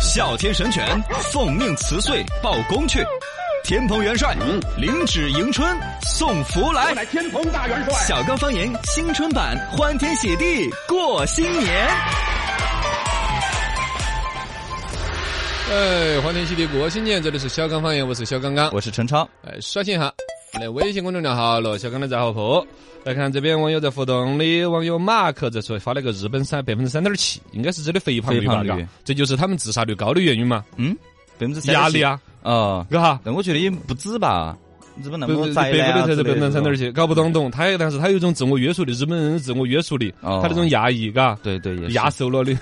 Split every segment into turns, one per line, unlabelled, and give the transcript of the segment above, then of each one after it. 哮天神犬奉命辞岁报功去，天蓬元帅领旨迎春送福来。
乃天蓬大元帅。
小刚方言新春版，欢天喜地过新年。
哎，欢天喜地过新年，这里是小刚方言，我是小刚刚。
我是陈超，
哎，刷新一下，来微信公众号“罗小刚的杂货铺”。来看这边网友在互动的，网友马克在说发了个日本三百分之三点七，应该是指的肥胖率吧？
肥胖率
嘎这就是他们自杀率高的原因嘛？
嗯，百分之三
压力啊，
啊，
嘎哈。
但我觉得也不止吧，日本那么
不
多
是
宅
百分
男啊
之
之类
百分之三点
的，
七，搞不懂懂。他也，但是他有一种自我约束力，日本人的自我约束力，
哦
他那种压抑，嘎。
对对，也是
压瘦了的，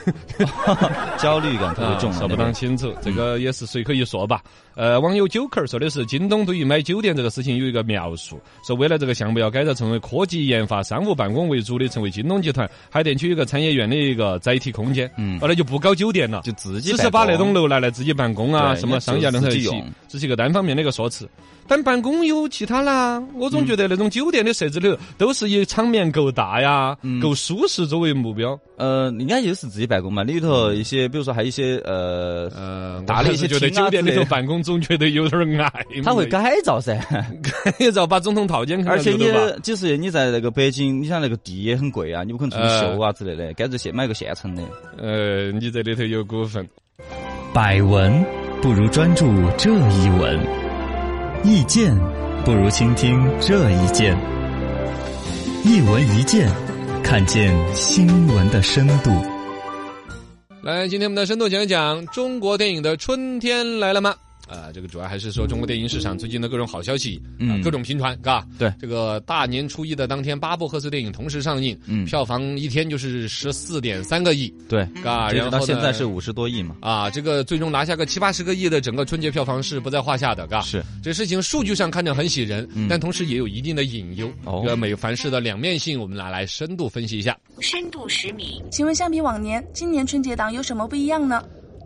焦虑感特别重啊，
说
那
不
嗯个
当清楚，这个也是随口一说吧。呃，网友 Joker 说的是，京东对于买酒店这个事情有一个描述，说未来这个项目要改造成为科技研发、商务办公为主的，成为京东集团海淀区一个产业园的一个载体空间。
嗯
后来就不搞酒店了。
就自己
只
办
是把那
公
栋楼拿来自己办公啊，
对
什么商业联合
自
一
己
起
用，
只是一个单方面的一个说辞。但办公有其他啦，
嗯
我总觉得那种酒店的设置里头都是以场面够大呀、
嗯
够舒适作为目标。
呃，应该也是自己办公嘛，里头一些，比如说还有一些呃，
呃，
打了一些
觉得
厅啊
酒店里
之类
头
的
办公总觉得有点儿矮，
他会改造噻。
改造把总统套间，
而且你就是你在那个北京，你想那个地也很贵啊，你不可能出去修啊之类的，干脆现买个现成的。
呃，你在里头有股份。
百闻不如专注这一闻，意见不如倾听这一见。一闻一见，看见新闻的深度。
来，今天我们的深度讲一讲中国电影的春天来了吗？啊、这个主要还是说中国电影市场最近的各种好消息，啊
嗯
各种频传，嘎。
对
这个大年初一的当天，八部贺岁电影同时上映，
嗯
票房一天就是十四点三个亿，
对，
嘎。
截止
然后
到现
呢
在是五十多亿嘛。
啊，这个最终拿下个七八十个亿的整个春节票房是不在话下的，嘎。
是
这事情数据上看着很喜人，但同时也有一定的隐忧。
哦
这个每凡事的两面性，我们拿来深度分析一下。
深度十米，
请问相比往年，今年春节档有什么不一样呢？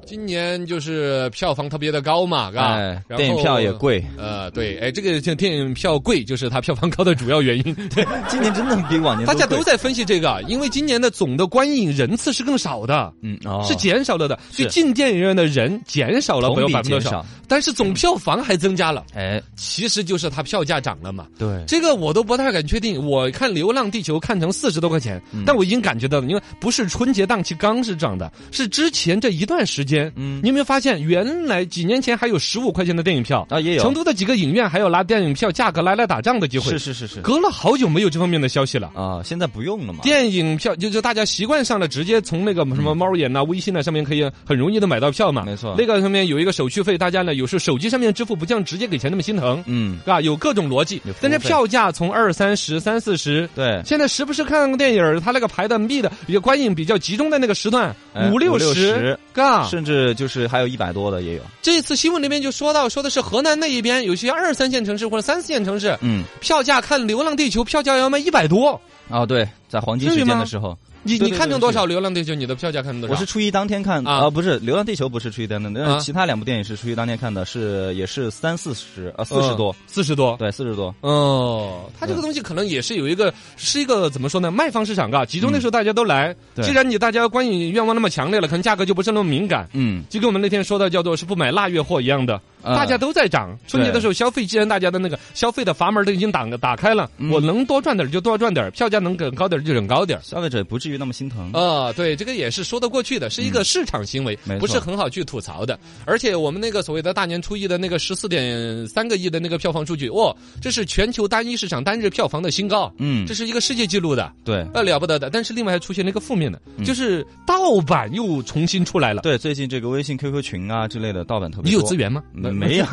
今年就是票房特别的高嘛，嘎、
哎
然后
电影票也。贵，
呃，对，哎，这个像电影票贵，就是它票房高的主要原因。对，
今年真的比往年
大家
贵
都在分析这个，啊因为今年的总的观影人次是更少的。
嗯哦
是减少了的，所以进电影院的人减少了，
同
不要
比
百分之多
减
少
少，
但是总票房还增加了，
哎
其实就是它票价涨了嘛。
对
这个我都不太敢确定。我看《流浪地球》看成四十多块钱，
嗯
但我已经感觉到了，因为不是春节档期刚是涨的，是之前这一段时间。
嗯
你有没有发现，原来几年前还有十五块钱的电影票
啊也有
成都的几个影院还有拿电影票价格来来打仗的机会。
是是是是
隔了好久没有这方面的消息了。
啊，现在不用了嘛。
电影票就就大家习惯上了，直接从那个什么猫眼呐、微信呐上面可以很容易的买到票嘛。
嗯没错
那个上面有一个手续费，大家呢有时候手机上面支付不像直接给钱那么心疼。
嗯，
啊，有各种逻辑
有服务，
但是
费
票价从二三十、三四十，
对
现在时不时看个电影儿，它那个排的密的，也观影比较集中的那个时段，
哎
五六
五六十
十，啊嘎。
甚至就是还有一百多的也有。
这次新闻里面就说到，说的是河南那一边有些二三线城市或者三四线城市，
嗯，
票价看《流浪地球》票价要卖一百多，
哦对，在黄金
至于
时间
吗
的时候，
你
对
你
对
看
对
中多
是
少《流浪地球》？你的票价看中嗯多少？
我是初一当天看
啊
啊，不是《流浪地球》，不是初一当天，但
啊
是其他两部电影是初一当天看的，是也是三四十
哦
啊，四十多，
四十多，
对，四十多，
哦，它这个东西可能也是有一个，是一个怎么说呢？卖方市场啊，集中的时候大家都来。
嗯对
既然你大家观影愿望那么强烈了，可能价格就不是那么敏感。
嗯，
就跟我们那天说的叫做是不买腊月货一样的，
嗯
大家都在涨。春节的时候消费，既然大家的那个消费的阀门都已经打打开了，
嗯
我能多赚点儿就多赚点儿，票价能更高点儿就更高点儿。
消费者不至于那么心疼。
啊、对，这个也是说得过去的，是一个市场行为，
嗯没错
不是很好去吐槽的。而且我们那个所谓的大年初一的那个十四点三个亿的那个票房数据，哇、这是全球单一市场单日票房的新高，
嗯
这，是一个世界纪录的，
对
呃，了不得的。但是另外还出现了一个负面的，就是盗版又重新出来了。
嗯对，最近这个微信、QQ 群啊之类的盗版特别多。
你有资源吗？
嗯？没 有，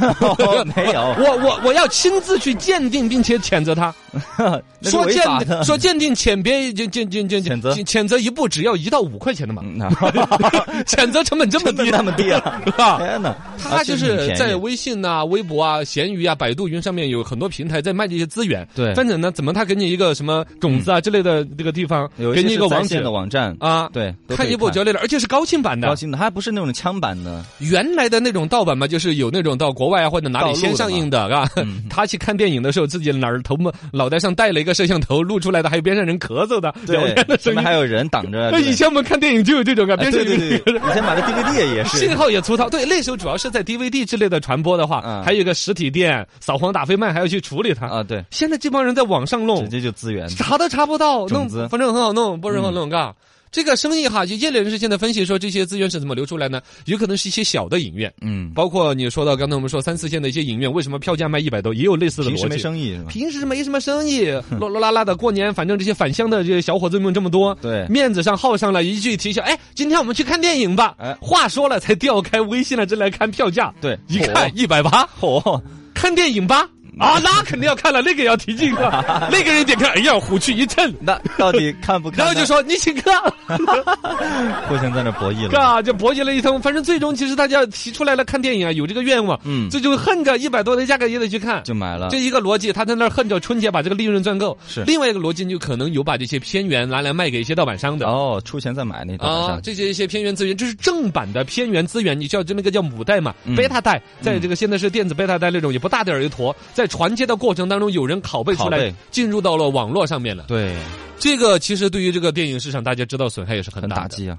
没有，
我我我要亲自去鉴定，并且谴责他。
那是
说
违
鉴
法的。
说鉴定鉴别鉴鉴鉴鉴
谴责
谴责一部只要一到五块钱的嘛，
嗯那
谴责成本这么
成本
低
那么低啊！
啊！
天哪，
他就
啊其实
是
很便宜
在微信呐、微博啊、闲鱼啊、百度云上面有很多平台在卖这些资源。
对嗯
反正呢，怎么他给你一个什么种子啊之类的这个地方，
有
给
些
你一
是
个
在
网
线
址
的网站，
啊，
对，都可
看
以
一部就累了，而且是高清版
高
的。
清的，还不是那种枪版的，
原来的那种盗版嘛，就是有那种到国外啊或者哪
道
里
路
先
的
上
嘛嗯
映的，啊，他去看电影的时候，自己哪儿头嘛脑袋上带了一个摄像头，录出来的还有边上人咳嗽的 聊天的
对，上
声音
面。还有人挡着。
那
对
以前我们看电影就有这种啊，
哎
边上
对
有
对
一个
对，对以前买的 DVD 也 是
信，号也粗糙。对，那时候主要是在 DVD 之类的传播的话，
嗯
还有一个实体店扫黄打非卖，还要去处理它。
啊，对，
现在这帮人在网上弄
直，接就资源。
查都查不到，
种
弄
子嗯
反正很好弄，不是很好弄，嘎。这个生意哈，就业内人士现在分析说，这些资源是怎么流出来呢？有可能是一些小的影院，
嗯，
包括你说到刚才我们说三四线的一些影院，为什么票价卖一百多，也有类似的
平时
逻
没
辑。啊
生意是吧？
平时没什么生意，落落拉拉的。过年反正这些返乡的这些小伙子们这么多，
对
面子上耗上了一句提醒，哎，今天我们去看电影吧。
哎
话说了，才调开微信了，这来看票价，
对，
一
火嗯
看一百八，
火，
看电影吧。啊，那肯定要看了，那个也要提劲 的，那个人点开，哎呀，虎躯一震，
那到 底看不看呢？
然后就说你请客，
互相在那博弈了。
嘎啊就博弈了一通。反正最终其实大家提出来了看电影啊，有这个愿望，
嗯
最终恨着一百多的价格也得去看。
就买了
这，一个逻辑，他在那儿恨着春节把这个利润赚够。
是
另外一个逻辑，你就可能有把这些片源拿来卖给一些盗版商的。
哦，出钱再买那套好
啊，
像
这些一些片源资源，这是正版的片源资源，你叫就那个叫母带嘛，
嗯
贝塔带，在这个现在是电子贝塔带那种，也不大点儿一坨，在传接的过程当中，有人拷贝出
拷
来
贝，
进入到了网络上面了。
对，
这个其实对于这个电影市场，大家知道损害也是很
很
大
打
的。
击啊。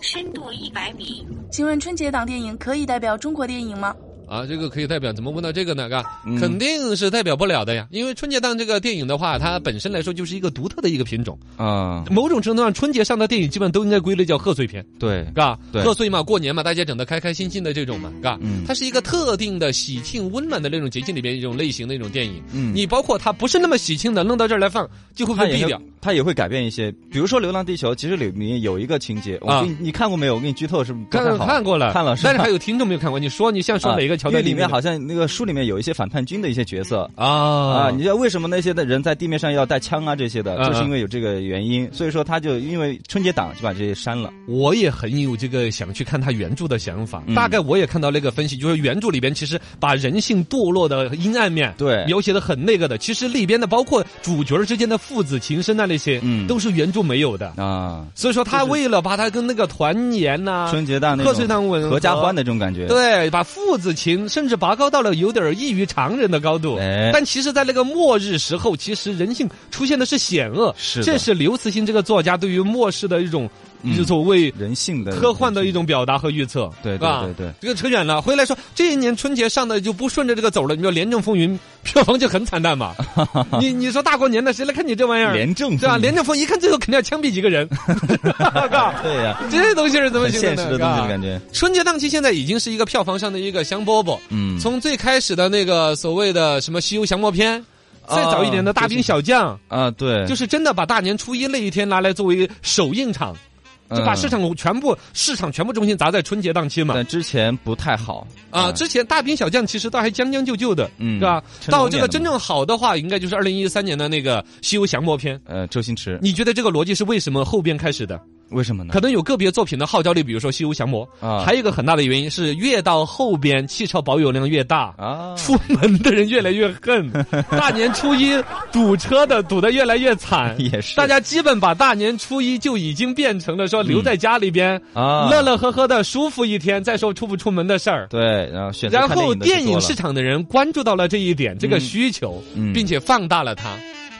深度一百米，
请问春节档电影可以代表中国电影吗？
啊，这个可以代表怎么问到这个呢？嘎
嗯，
肯定是代表不了的呀，因为春节档这个电影的话，它本身来说就是一个独特的一个品种。
啊，
某种程度上，春节上的电影基本都应该归类叫贺岁片，
对，
嘎，
对
贺岁嘛，过年嘛，大家整的开开心心的这种嘛，嘎，
嗯
它是一个特定的喜庆温暖的那种节庆里边一种类型的一种电影。
嗯
你包括它不是那么喜庆的，弄到这儿来放，就会
他
被
也
毙
会
掉。
他也会改变一些，比如说《流浪地球》，其实里面有一个情节，我
啊
给你你看过没有？我给你剧透是不是不太
看
好？
看过了，
看了是吧
但是还有听众没有看过？你说你像说
啊
哪个桥
因为
段
里面
的
好像那个书里面有一些反叛军的一些角色。
啊
啊，你知道为什么那些的人在地面上要带枪啊这些的，
嗯
就是
嗯
因为有这个原因，所以说他就因为春节档就把这些删了。
我也很有这个想去看他原著的想法，
嗯
大概我也看到那个分析，就是原著里边其实把人性堕落的阴暗面，
对
描写的很那个的。其实里边的包括主角之间的父子情深啊那些，
嗯
都是原著没有的。
啊，
所以说他为了把他跟那个团圆呐、
春节档那
啊贺岁
种
档吻合
合家欢的这种感觉。
对，把父子情甚至拔高到了有点儿异于常人的高度。
哎
但其实，在那个末日时候，其实人性出现的是险恶。
是的嗯
这是刘慈欣这个作家对于末世的一种，就是所谓
人性的
科幻的一，种表达和预测，
对
是吧
对对对，
这个扯远了。回来说，这一年春节上的就不顺着这个走了，你说《廉政风云》票房就很惨淡 嘛？你你说大过年的谁来看你这玩意儿？
廉政
对啊吧？
风云
廉政风一看最后肯定要枪毙几个 人，嘎
对 呀，
这东西是怎么
很
形
现
成
实的东西
嘎
的感觉。
春节档期现在已经是一个票房上的一个香饽饽，
嗯，
从最开始的那个所谓的什么西游降魔篇。再早一点的
啊
大兵小将，
啊，对，
就是真的把大年初一那一天拿来作为首映场，就把
嗯
市场全部市场全部重心砸在春节档期嘛。
但之前不太好
啊，之前大兵小将其实都还将将就就的，
嗯
是吧？
成龙
到这
演的
个
嘛
真正好的话，应该就是二零一三年的那个《西游降魔篇》。
呃，周星驰
你觉得这个逻辑是为什么后边开始的？
为什么呢
可？能有个别作品的号召力，比如说《西游降魔》
啊
还有一个很大的原因是越到后边汽车保有量越大。
啊，
出门的人越来越 恨，大年初一堵车的堵得越来越惨，
也是
大家基本把大年初一就已经变成了说留在家里边、
啊
乐乐呵呵的舒服一天，再说出不出门的事儿。
对，然后选择
然
看
后电
电影
影
的就多了
市场的人关注到了这一点，这个
嗯
需求，
嗯
并且放大了它，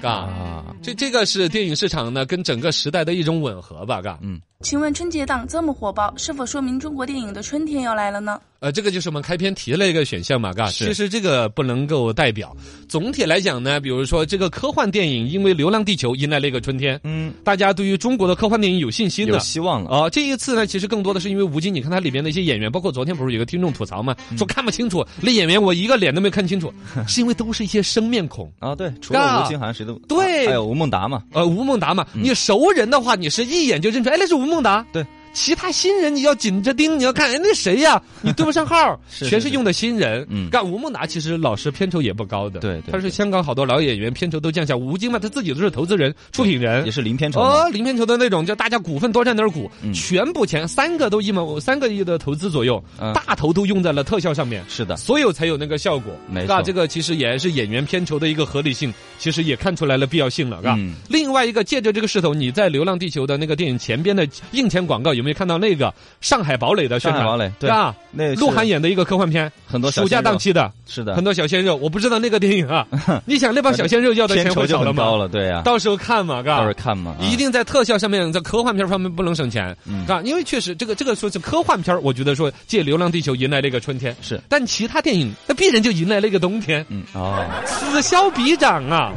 嘎。
啊，
这这个是电影市场呢跟整个时代的一种吻合吧，
嗯
嘎。
请问春节档这么火爆，是否说明中国电影的春天要来了呢？
呃，这个就是我们开篇提了一个选项嘛，嘎。
是
其实这个不能够代表。总体来讲呢，比如说这个科幻电影，因为《流浪地球》迎来了一个春天，
嗯，
大家对于中国的科幻电影有信心
有
的。
希望了。
哦，这一次呢，其实更多的是因为吴京，你看他里面的一些演员，包括昨天不是有个听众吐槽嘛，
嗯
说看不清楚，那演员我一个脸都没有看清楚， 是因为都是一些生面孔。
啊，对，除
嘎
了吴京，好像谁都
对
还有吴孟达嘛，
呃，吴孟达嘛，你熟人的话，你是一眼就认出，哎，那是吴孟达。
嗯对，
其他新人你要紧着盯，你要看，哎，那谁呀？你对不上号，
是
全
是
是用的新人。
嗯
干吴孟达其实老师片酬也不高的，
对对
他是香港好多老演员片酬都降下，吴京嘛，他自己都是投资人、出品人
也。是零片酬嘛。
哦，零片酬的那种，就大家股份多占点股，
嗯
全部钱三个都一毛三个亿的投资左右，
嗯
大头都用在了特效上面。
是的，
所有才有那个效果，
没
嘎
错
这个其实也是演员片酬的一个合理性，其实也看出来了必要性了，嘎。
嗯
另外一个，借着这个势头，你在《流浪地球》的那个电影前边的印钱广告有没有看到那个上海堡垒的宣
上海
传？
堡垒对
嘎，
那
鹿晗
也
演的一个科幻片，
很多小
暑假
鲜肉
档期的，
是的，
很多小鲜肉，我不知道那个电影啊，你想那帮小鲜肉要 的
片
钱
酬
会
就
少了
很高
吗？
了，对呀、
到时候看
到
嘛，
时
嘎
候。看嘛，啊
一定在特效上面，在科幻片方面不能省钱，
嗯
啊，因为确实这个这个说是科幻片儿，我觉得说借《流浪地球》迎来了一个春天，
是，
但其他电影那必然就迎来了一个冬天，
嗯哦，
此消彼长 啊！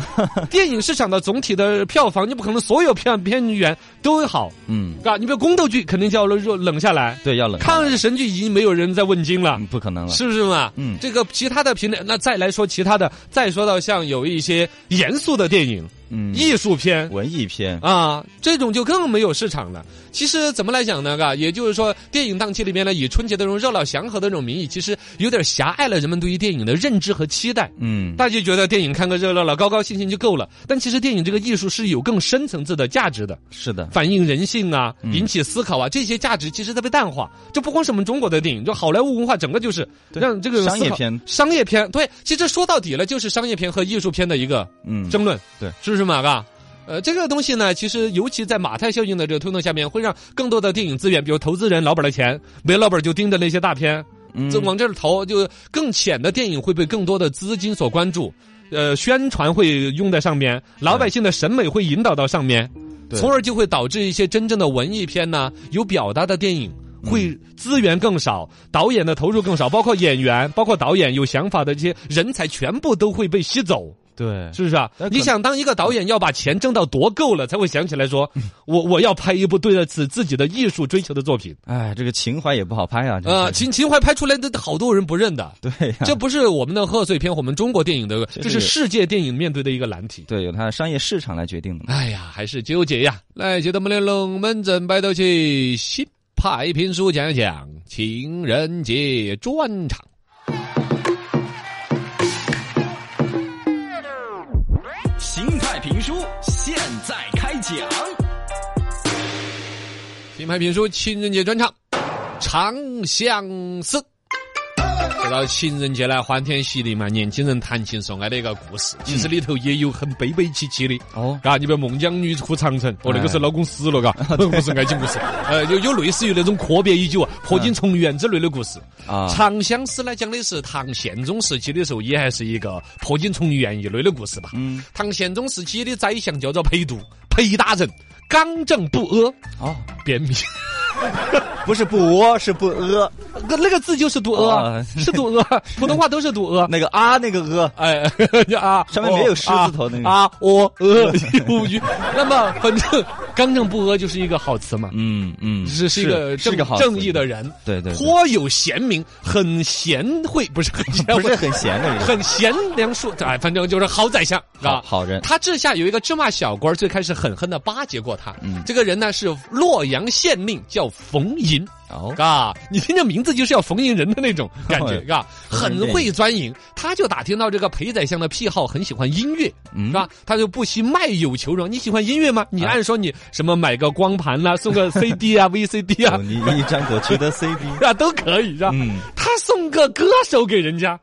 电影市场的总体的票房，你不可能所有片片源都好，
嗯，
啊，你比如宫斗剧肯定就要冷冷下来，
对，要冷
抗日神剧已经没有人在问津了
嗯，。不可能了，
是不是嘛？
嗯
这个其他的评论，那再来说其他的，再说到像有一些严肃的电影、
嗯，
艺术片
文艺片，
啊，这种就更没有市场了。其实怎么来讲呢？嘎，也就是说，电影档期里面呢，以春节的这种热闹祥和的这种名义，其实有点狭隘了人们对于电影的认知和期待。
嗯，
大家就觉得电影看个热闹了，高高兴兴就够了。但其实电影这个艺术是有更深层次的价值的，
是的，
反映人性啊，
嗯
引起思考啊，这些价值其实在被淡化。这不光是我们中国的电影，就好莱坞文化整个就是
对
让这个思考
商业片
商业片对，其实说到底了就是商业片和艺术片的一个
嗯，
争论，
对，
是不是马嘎？呃，这个东西呢，其实尤其在马太效应的这个推动下面，会让更多的电影资源，比如投资人、老板的钱，没老板就盯着那些大片，
嗯
这往这儿投，就更浅的电影会被更多的资金所关注，呃，宣传会用在上面，老百姓的审美会引导到上面，
对
从而就会导致一些真正的文艺片呢，有表达的电影。会资源更少，导演的投入更少，包括演员、包括导演有想法的这些人才，全部都会被吸走，
对，
是不是啊
那？可
你想，当一个导演要把钱挣到多够了，才会想起来说，
嗯
我我要拍一部对得起自己的艺术追求的作品。
哎，这个情怀也不好拍啊，这
呃，
个
秦秦淮拍出来的好多人不认 的，
对呀、
这不是我们的贺岁片，我们中国电影的，
这
这是
是
世界电影面对的一个难题。
对，有它的商业市场来决定的嘛，
哎呀，还是纠结呀！来，接着我们的龙门阵摆到起，新派评书讲一讲情人节专场。
邢派评书现在开讲，
新派评书情人节专场《长相思》。说到情人节呢，欢天喜地嘛，年轻人谈情说爱的一个故
嗯
事，其实里头也有很悲悲戚戚的。啊
哦，
嘎，你比如《孟姜女哭长城》，
哎
哦，那个时候老公 死了，嘎，不是爱情故事，呃，有有类似于那种阔别已久啊、破镜重圆之类的故事。
嗯啊
《长相思》呢，讲的是唐宪宗时期的时候，也还是一个破镜重圆一类的故事吧。
嗯，
唐宪宗时期的宰相叫做裴度，裴大人刚正不阿，
哦，
便秘。
不是不窝，是不呃，
那那个字就是读阿，
啊
是读阿，普通话都是读 阿。
那个啊，那个呃，
哎， 啊，
上面没有狮子头那个
啊，啊我呃， 无语。那么，反正刚正不阿就是一个好词嘛，
嗯嗯，
是是一个
是
正
个好
正义
词
的，人，
对对对
颇有贤名，很贤惠，不是很贤惠，
不是很闲的人，
很贤良淑，哎，反正就是好宰相
好
啊。
好人，
他治下有一个芝麻小官，最开始狠狠的巴结过他。
嗯
这个人呢是洛阳县令，叫冯银。
哦，哎
嘎，你听这名字就是要逢迎人的那种感觉，嘎，
逢迎人
很会钻营。他就打听到这个裴宰相的癖好，很喜欢音乐，
嗯
是吧？他就不惜卖友求荣。你喜欢音乐吗？你按说你什么买个光盘啦、送个 CD 啊、VCD
哦
啊，
你一张果汁的 CB，
啊都可以，是吧？
嗯，哎
他送个歌手给人家。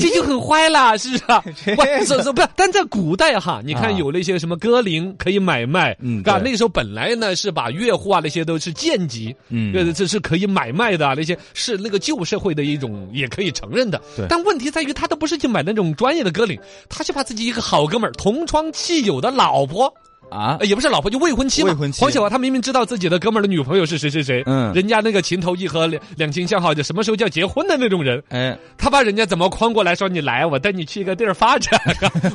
这就很坏了，是 啊，不是是不是？但在古代哈，你看
啊
有那些什么歌伶可以买卖，
嗯
嘎，
对
那时候本来呢是把乐户啊那些都是贱籍，
嗯
呃，这是可以买卖的啊，那些是那个旧社会的一种也可以承认的
对。
但问题在于，他都不是去买那种专业的歌伶，他就把自己一个好哥们儿同窗弃友的老婆，
啊
呃，也不是老婆，就未婚妻嘛。
未婚妻
黄小华他明明知道自己的哥们儿的女朋友是谁谁谁，
嗯
人家那个情投意合、两两情相好，就什么时候就要结婚的那种人，
哎，
他把人家怎么诓过来说你来，我带你去一个地儿发展，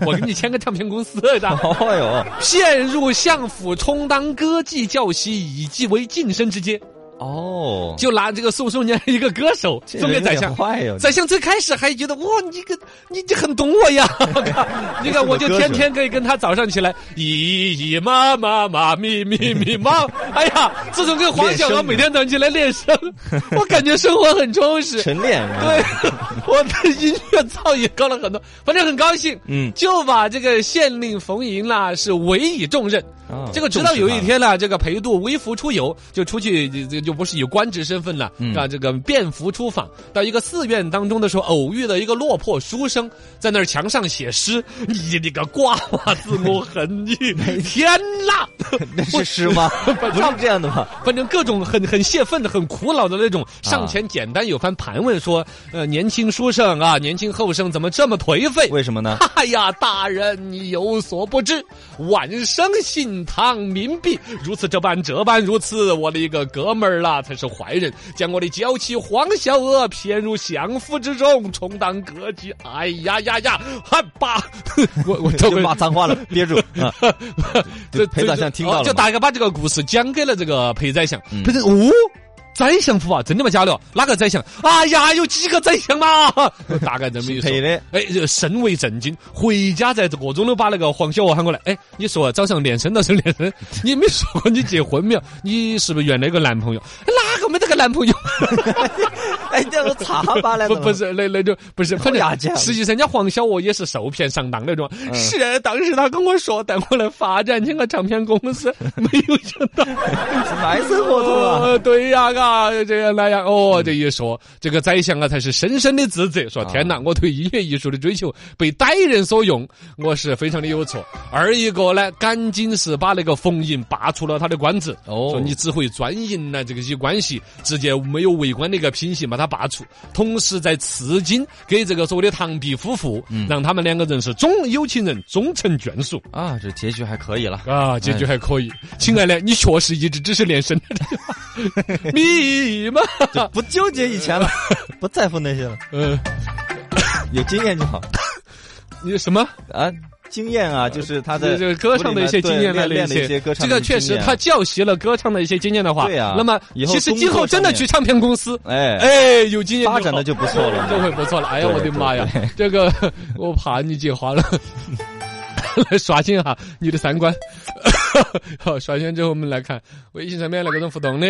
我给你签个唱片公司的。
哦哟，
陷入相府，充当歌妓教习，以妓为晋升之阶，
哦，
就拿这个送送人家一个歌手
这
送给
人
宰
有点
相。
坏哟，
宰相最开始还觉得哇，你个你这很懂 我呀，你看我就天天可以跟他早上起来咦咦妈妈妈咪咪咪妈，哎呀，自从跟黄
练
小刚
声
每天早上起来练 声，我感觉生活很充实。
晨练，
对，我的音乐造诣高了很多，反正很高兴，
嗯
就把这个县令冯银啦是委以重任。
哦
这个直到有一天呢，这个裴度微服出游，就出去，这这就不是以官职身份了，
嗯
啊，这个便服出访，到一个寺院当中的时候，偶遇了一个落魄书生，在那儿墙上写诗，你你个瓜娃子我恨你，天啦！
那是诗 吗？不是这样的吧？
反正各种很很泄愤的、很苦恼的那种，
啊
上前简单有番盘问说：“呃，年轻书生啊，年轻后生怎么这么颓废？”
为什么呢？
哎呀，大人，你有所不知，晚生信堂民币，如此这般，这般如此，我的一个哥们儿啦，才是坏人，将我的娇妻黄小娥骗入相府之中，充当歌妓。哎呀呀呀，喊爸， 我我
就骂脏话了，憋住 啊！
这
裴宰相听到了
哦
吗嗯
就大概把这个故事讲给了这个裴宰相。裴宰相哦，宰相府啊，真的吗？假的？哪个宰相？哎呀，有几个宰相嘛？ 大概这么一
姓
说。
裴的
哎，这甚为震惊，回家在各种的把那个黄小娥喊过来。哎，你说早上练身到是练身，你没说过你结婚没有？你是不是原来有个男朋友？哪个没得个男朋友？
哎，这个茶吧来
不不是那那种不是，反
牙尖
正实际上人家黄小娥也是受骗上当那种。是，啊当时他跟我说带我来发展这个唱片公司，没有想到，
白色合同啊！嗯
哦对呀、啊，这样那样哦，这一说，这个宰相啊才是深深的自责，
啊
说天哪，我对音乐艺术的追求被歹人所用，我是非常的有错。二一个呢，赶紧是把那个冯银拔出了他的官职，
哦
说你只会专营呢这个些关系，直接没有为官的一个品行把他拔除，同时在赐金给这个所谓的唐弼夫妇，
嗯
让他们两个人是终有情人终成眷属。
啊，这结局还可以了。
啊，结局还可以。亲爱的，你确实一直只是 练身，密码。
不纠结以前了，不在乎那些了，
嗯，
有经验就好
你什么？
啊。经验啊，就是他
这
的
这歌唱的一些经验
对
的
练
一
练了一
些
些歌唱
这
的
个
经验，啊
确实他教习了歌唱的一些经验的话，
对啊
那么
以后
其实
工
今
作
后真的
上面
去唱片公司，
哎
哎，有经验
发展的就不错了。
就会不错了。哎呀，我的妈呀，这个我怕你进花了。 来刷新哈你的三观。 好，刷新之后我们来看微信上面那个种互动的。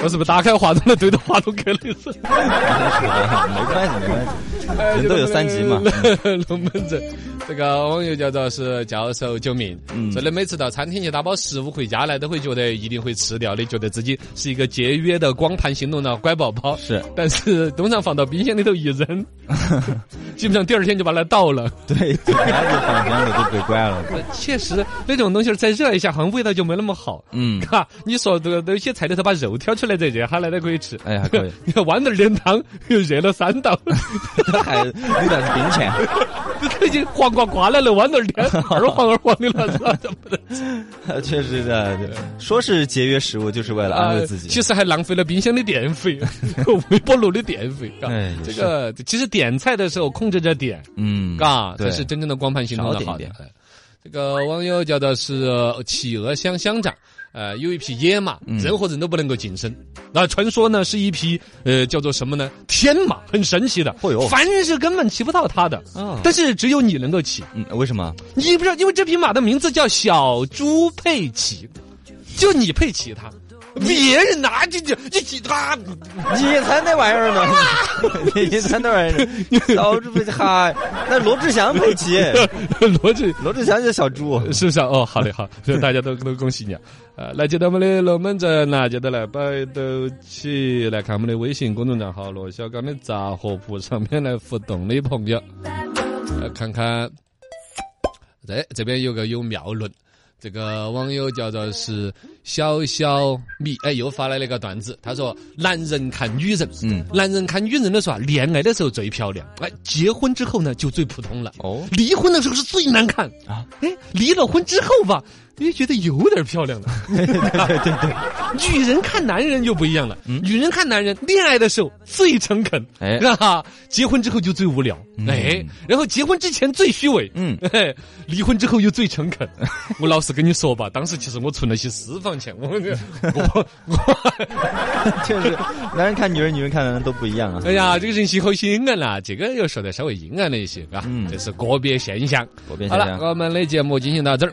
我是不是打开话筒了，对着话筒给了一声？
啊没关系，没关系，人都有三级嘛。
哎龙门阵，这个网友叫做是教授救命。
嗯
真的每次到餐厅去打包食物回家来，都会觉得一定会吃掉的，觉得自己是一个节约的光盘行动的乖宝宝。
是，
但是通常放到冰箱里头一 扔，基本上第二天就把它倒了。
对，本来就反正我就鬼怪了。
确实，那种东西儿再热一下，好像味道就没那么好。
嗯
哈，你说这个有些菜里头把肉挑出来再热下来，都可以吃。
哎呀可以
你看豌豆莲汤又热了三道，
他还你那是冰 钱，
都已经黄瓜挂来了，豌豆莲二黄二黄的了，是吧？这不能
确实的。说是节约食物，就是为了安慰自己。
啊其实还浪费了冰箱的电 费、微波炉的电费。嘎
哎也
这
是
个其实点菜的时候控制着点，
嗯，
嘎，
对
才是真正的光盘行动的
少点
好
一
的
点。
哎这个网友叫的是呃企鹅乡乡长。呃，有一匹野马，
嗯
任何人都不能够近身。那传说呢，是一匹呃叫做什么呢？天马，很神奇的，
哦哟
凡是根本骑不到它的，
哦
但是只有你能够骑。
嗯，为什么？
你不知道，因为这匹马的名字叫小猪佩奇，就你配骑它，别人拿着就一起 它，
你才那玩意儿呢！ 你才那玩意 儿，小猪佩奇嗨，那罗志祥佩奇，
逻辑
罗志祥就是小 猪。
是不是啊？哦，好嘞，好，所以大家都都恭喜你啊！呃，来接到我们的龙门阵，啊那接到来摆斗起，来看我们的微信公众账号“罗小刚的杂货铺”上面来互动的朋友，来看看，哎，这边有个有妙论。这个网友叫做是小小米，哎，又发来了一个段子，他说：“男人看女人，嗯
嗯，
男人看女人的时候啊，恋爱的时候最漂亮，哎，结婚之后呢就最普通了。
哦
离婚的时候是最难看啊
啊！
哎，离了婚之后吧，也觉得有点漂亮了。对对 对对，女人看男人又不一样了。女人看男人，恋爱的时候最诚恳，
嗯哎
哎，啊，结婚之后就最无聊，哎，然后结婚之前最虚伪，嗯
嗯，
哎，离婚之后又最诚恳。 我老实跟你说吧，当时其实我存了些私房钱，我 我我。
确实，男人看女人，女人看男人都不一样啊。
哎呀，这个人心好阴暗啦，这个又说的稍微阴暗了一些，嘎，
嗯
这是个别现象。
个别
好
现象
了，我们的节目进行到这儿。